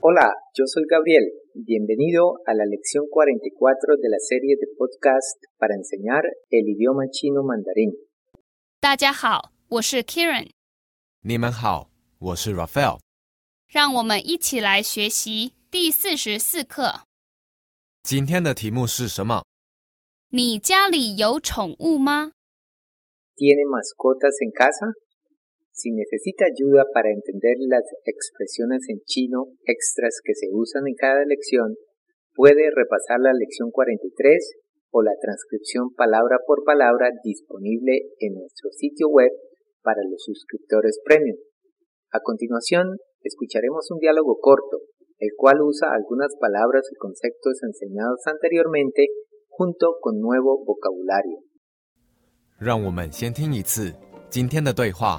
Hola, yo soy Gabriel. Bienvenido a la lección 44 de la serie de podcast para enseñar el idioma chino mandarín. 大家好，我是 Kieran，你们好，我是 Raphael。让我们一起来学习第四十四课。今天的题目是什么？你家里有宠物吗？ ¿Tiene mascotas en casa? Si necesita ayuda para entender las expresiones en chino extras que se usan en cada lección, puede repasar la lección 43 o la transcripción palabra por palabra disponible en nuestro sitio web para los suscriptores premium. A continuación, escucharemos un diálogo corto, el cual usa algunas palabras y conceptos enseñados anteriormente junto con nuevo vocabulario. 让我们先听一次今天的对话。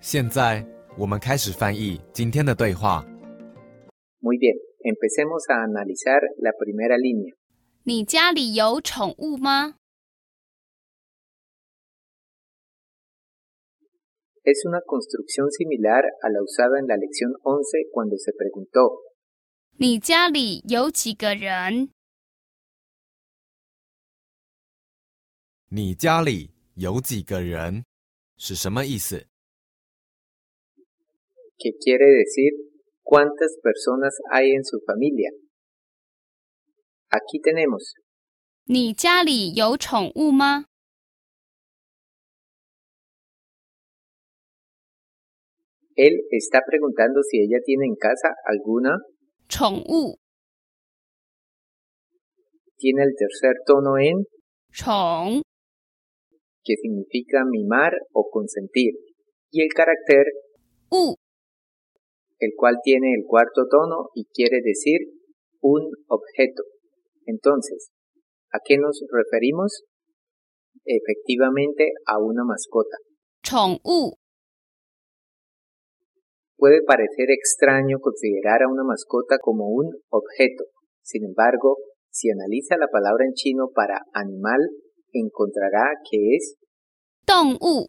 现在我们开始翻译今天的对话。 Muy bien, empecemos a analizar la primera línea. 你家里有宠物吗？ Es una construcción similar a la usada en la lección 11 cuando se preguntó, 你家里有几个人？你家里有几个人？是什么意思？ que quiere decir cuántas personas hay en su familia. Aquí tenemos, 你家里有宠物吗？ él está preguntando si ella tiene en casa alguna, 宠物， tiene el tercer tono en, 宠， que significa mimar o consentir, y el carácter, 物， el cual tiene el cuarto tono y quiere decir un objeto. Entonces, ¿a qué nos referimos? Efectivamente, a una mascota. 宠物。 Puede parecer extraño considerar a una mascota como un objeto. Sin embargo, si analiza la palabra en chino para animal, encontrará que es 动物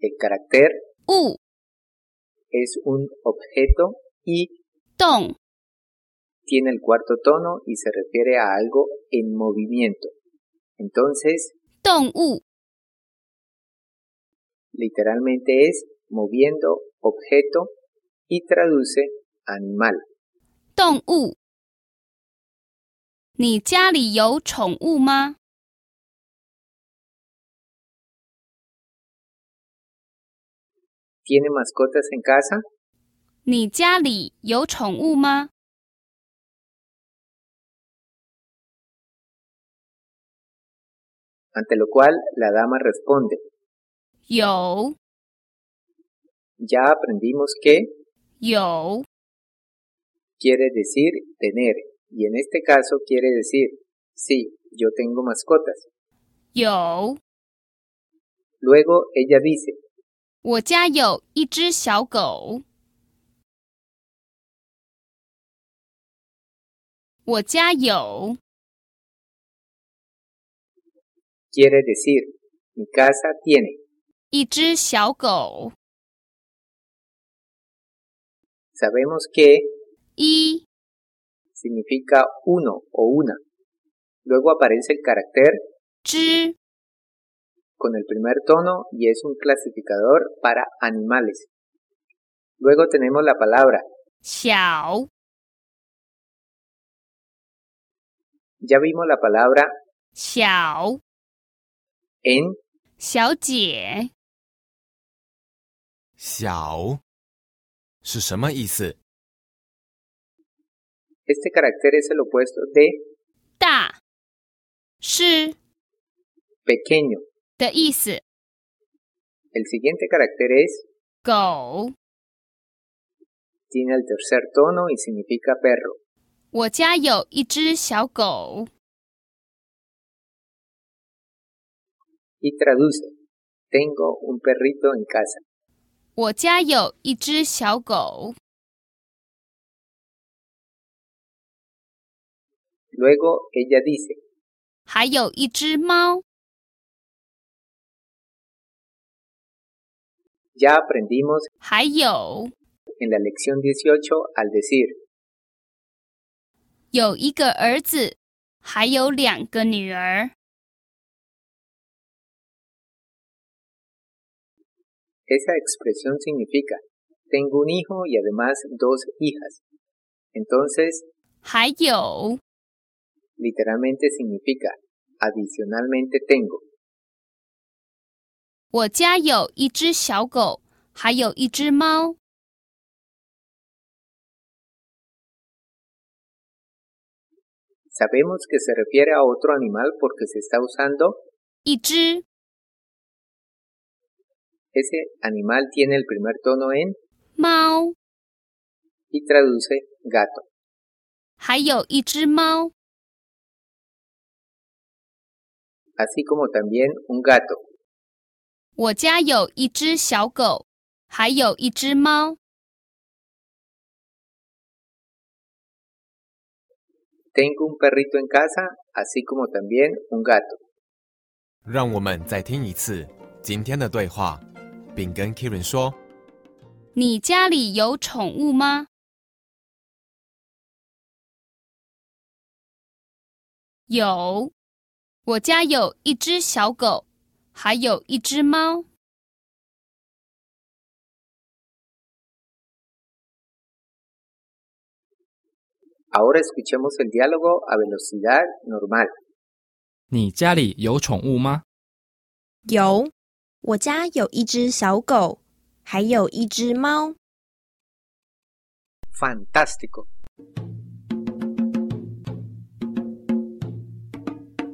el carácter 物 es un objeto y 动 tiene el cuarto tono y se refiere a algo en movimiento. Entonces, 动物 literalmente es moviendo objeto y traduce animal. 动物。你家里有宠物吗？ ¿Tiene mascotas en casa? 你家里有宠物吗？ Ante lo cual la dama responde, 有， ya aprendimos que 有， quiere decir tener y en este caso quiere decir, sí, yo tengo mascotas. 有。 Luego ella dice, 我家有一只小狗。我家有， quiere decir, mi casa tiene. 一只小狗。 Sabemos que 一， significa uno o una. Luego aparece el carácter 只， con el primer tono y es un clasificador para animales. Luego tenemos la palabra. 小， Ya vimos la palabra 小， en 小姐，小是什么意思？ Este carácter es el opuesto de 大，是 pequeño. 的意思。 El siguiente carácter es 狗。 Tiene el tercer tono y significa perro. 我家有一只小狗。 Y traduce, tengo un perrito en casa. 我家有一只小狗。 Luego ella dice, 还有一只猫。 ya aprendimos 还有 en la lección 18 al decir, 有一个儿子，还有两个女儿。 esa expresión significa, tengo un hijo y además dos hijas. Entonces, 还有 literalmente significa, adicionalmente tengo. 我家有一只小狗，还有一只猫。 Sabemos que se refiere a otro animal porque se está usando, 一只 ese animal tiene el primer tono en 猫， y traduce gato. 还有一只猫。 así como también un gato. 我家有一只小狗，还有一只猫。 Tengo un perrito en casa, así como también un gato. 让我们再听一次今天的对话。饼跟 Kirin 说你家里有宠物吗？有，我家有一只小狗，还有一只猫。 Ahora escuchemos el diálogo a velocidad normal. 你家里有宠物吗？有，我家有一只小狗，还有一只猫。 Fantástico.